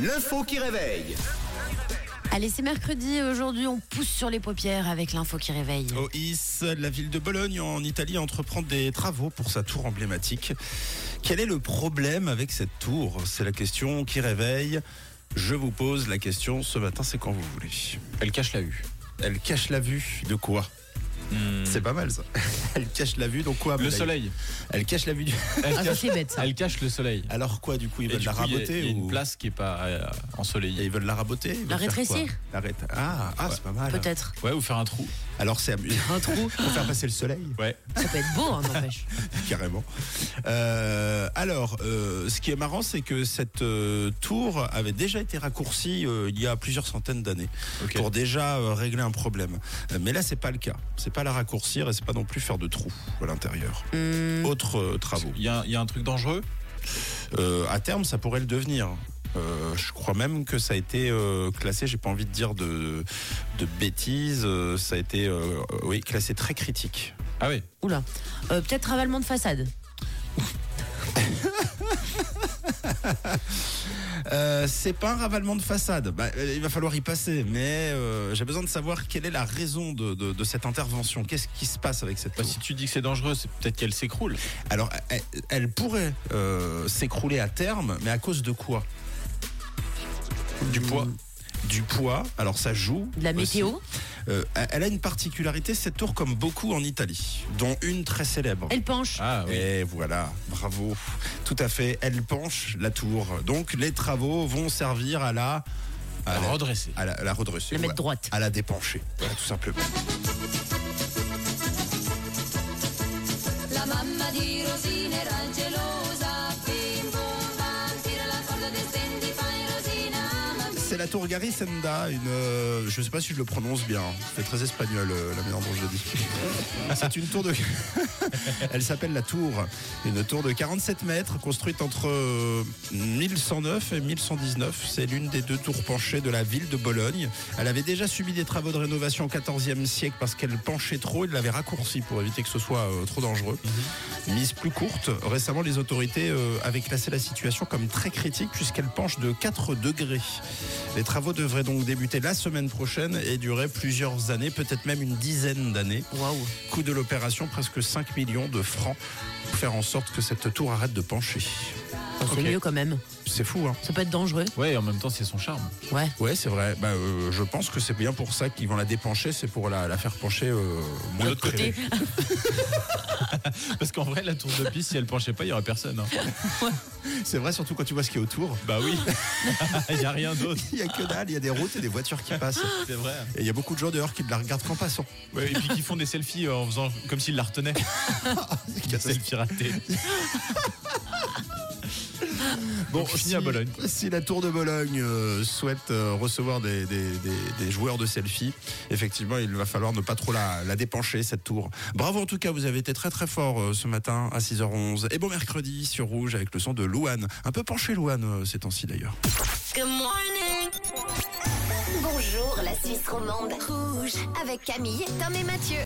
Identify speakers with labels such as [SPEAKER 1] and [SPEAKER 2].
[SPEAKER 1] L'info qui réveille.
[SPEAKER 2] Allez, c'est mercredi. Aujourd'hui, on pousse sur les paupières avec l'info qui réveille.
[SPEAKER 3] Oh, OIS, la ville de Bologne en Italie entreprend des travaux pour sa tour emblématique. Quel est le problème avec cette tour C'est la question qui réveille. Je vous pose la question ce matin, c'est quand vous voulez.
[SPEAKER 4] Elle cache la U.
[SPEAKER 3] Elle cache la vue de quoi C'est pas mal ça. Elle cache la vue, donc quoi
[SPEAKER 4] Hmm. Le
[SPEAKER 3] Abdoulaye
[SPEAKER 4] soleil.
[SPEAKER 3] Elle cache la vue du...
[SPEAKER 4] Elle
[SPEAKER 2] Ah, ça,
[SPEAKER 4] cache,
[SPEAKER 2] c'est bête, ça.
[SPEAKER 4] elle cache le soleil.
[SPEAKER 3] Alors quoi du coup Ils
[SPEAKER 4] Et
[SPEAKER 3] veulent
[SPEAKER 4] du
[SPEAKER 3] la
[SPEAKER 4] coup, il y a-
[SPEAKER 3] raboter
[SPEAKER 4] il y a une
[SPEAKER 3] ou-
[SPEAKER 4] place qui est pas euh,
[SPEAKER 3] Et
[SPEAKER 4] ensoleillée.
[SPEAKER 3] ils veulent la raboter ils veulent
[SPEAKER 2] La
[SPEAKER 3] faire quoi
[SPEAKER 2] rétrécir
[SPEAKER 3] La rét- Ah, ah, c'est pas mal.
[SPEAKER 2] Peut-être.
[SPEAKER 4] Ouais, ou faire un trou.
[SPEAKER 3] Alors c'est amusant.
[SPEAKER 2] Un trou.
[SPEAKER 3] Pour faire passer le soleil
[SPEAKER 4] Ouais.
[SPEAKER 2] Ça peut être beau, hein, n'empêche.
[SPEAKER 3] Carrément. Euh, alors, euh, ce qui est marrant, c'est que cette euh, tour avait déjà été raccourcie euh, il y a plusieurs centaines d'années
[SPEAKER 4] Ok.
[SPEAKER 3] pour déjà euh, régler un problème. Euh, Mais là, c'est pas le cas. C'est pas la raccourcir et c'est pas non plus faire de trous à l'intérieur.
[SPEAKER 2] Hum,
[SPEAKER 3] Autres euh, travaux.
[SPEAKER 4] Il y, a un- il y a un truc dangereux.
[SPEAKER 3] Euh, à terme, ça pourrait le devenir. Euh, je crois même que ça a été euh, classé, j'ai pas envie de dire de, de bêtises, euh, ça a été euh, oui, classé très critique.
[SPEAKER 4] Ah oui.
[SPEAKER 2] oula. Euh, Peut-être ravalement de façade.
[SPEAKER 3] Euh, c'est pas un ravalement de façade. Bah, euh, il va falloir y passer, mais euh, j'ai besoin de savoir quelle est la raison de, de- de cette intervention. Qu'est-ce qui se passe avec cette
[SPEAKER 4] Bah,
[SPEAKER 3] tour
[SPEAKER 4] si tu dis que c'est dangereux, c'est peut-être qu'elle s'écroule.
[SPEAKER 3] Alors, elle, elle pourrait euh, s'écrouler à terme, mais à cause de quoi Du poids. Du poids. Alors ça joue.
[SPEAKER 2] Hmm. De la
[SPEAKER 3] aussi.
[SPEAKER 2] météo.
[SPEAKER 3] Euh, elle a une particularité cette tour, comme beaucoup en Italie, dont une très célèbre.
[SPEAKER 2] Elle penche.
[SPEAKER 4] Ah oui.
[SPEAKER 3] Et voilà, bravo. Tout à fait, elle penche la tour. Donc les travaux vont servir à la à la,
[SPEAKER 4] Redresser.
[SPEAKER 3] à la, à la redresser,
[SPEAKER 2] La mettre
[SPEAKER 3] ouais.
[SPEAKER 2] droite.
[SPEAKER 3] à la dépencher, voilà, tout simplement.
[SPEAKER 5] La mamma di Rosina era gelosa, bim bum bam, tira la corda del tendifai Rosina, mamma
[SPEAKER 3] C'est la tour Garisenda, une, euh, je sais pas si je le prononce bien, c'est très espagnol euh, la manière dont je le dis. C'est une tour de, elle s'appelle la tour, une tour de 47 mètres construite entre euh, 1109 et 1119. C'est l'une des deux tours penchées de la ville de Bologne. Elle avait déjà subi des travaux de rénovation au 14e siècle parce qu'elle penchait trop. Ils l'avaient raccourcie pour éviter que ce soit euh, trop dangereux. Mise plus courte, récemment les autorités euh, avaient classé la situation comme très critique puisqu'elle penche de 4 degrés. Les travaux devraient donc débuter la semaine prochaine et durer plusieurs années, peut-être même une dizaine d'années.
[SPEAKER 2] Waouh.
[SPEAKER 3] Coût de l'opération, presque 5 millions de francs pour faire en sorte que cette tour arrête de pencher.
[SPEAKER 2] Bon, C'est
[SPEAKER 4] Ok.
[SPEAKER 2] mieux quand même.
[SPEAKER 3] C'est fou, hein
[SPEAKER 2] Ça peut être dangereux.
[SPEAKER 4] Ouais, et en même temps, c'est son charme.
[SPEAKER 2] Ouais.
[SPEAKER 3] Ouais, c'est vrai. Bah, euh, je pense que c'est bien pour ça qu'ils vont la dépencher, c'est pour la, la faire pencher euh, moins
[SPEAKER 4] l'autre
[SPEAKER 3] que prévu.
[SPEAKER 2] Côté.
[SPEAKER 4] Parce qu'en vrai, la tour de piste, si elle penchait pas, il y aurait personne. hein.
[SPEAKER 3] C'est vrai, surtout quand tu vois ce qui est autour.
[SPEAKER 4] Bah oui. Il y a rien d'autre.
[SPEAKER 3] Il y a que dalle, il y a des routes et des voitures qui passent.
[SPEAKER 4] C'est vrai.
[SPEAKER 3] Et il y a beaucoup de gens dehors qui ne la regardent qu'en passant.
[SPEAKER 4] Ouais, et puis qui font des selfies euh, en faisant comme s'ils la retenaient. Des selfies ratées.
[SPEAKER 3] Bon,
[SPEAKER 4] Donc, fini à Bologne.
[SPEAKER 3] Si la Tour de Bologne euh, souhaite euh, recevoir des, des- des- des joueurs de selfie, effectivement, il va falloir ne pas trop la, la dépencher, cette tour. Bravo en tout cas, vous avez été très très fort euh, ce matin à 6h11. Et bon mercredi sur Rouge avec le son de Louane. Un peu penché Louane euh, ces temps-ci d'ailleurs.
[SPEAKER 6] Good morning. Bonjour la Suisse romande. Rouge avec Camille, Tom et Mathieu.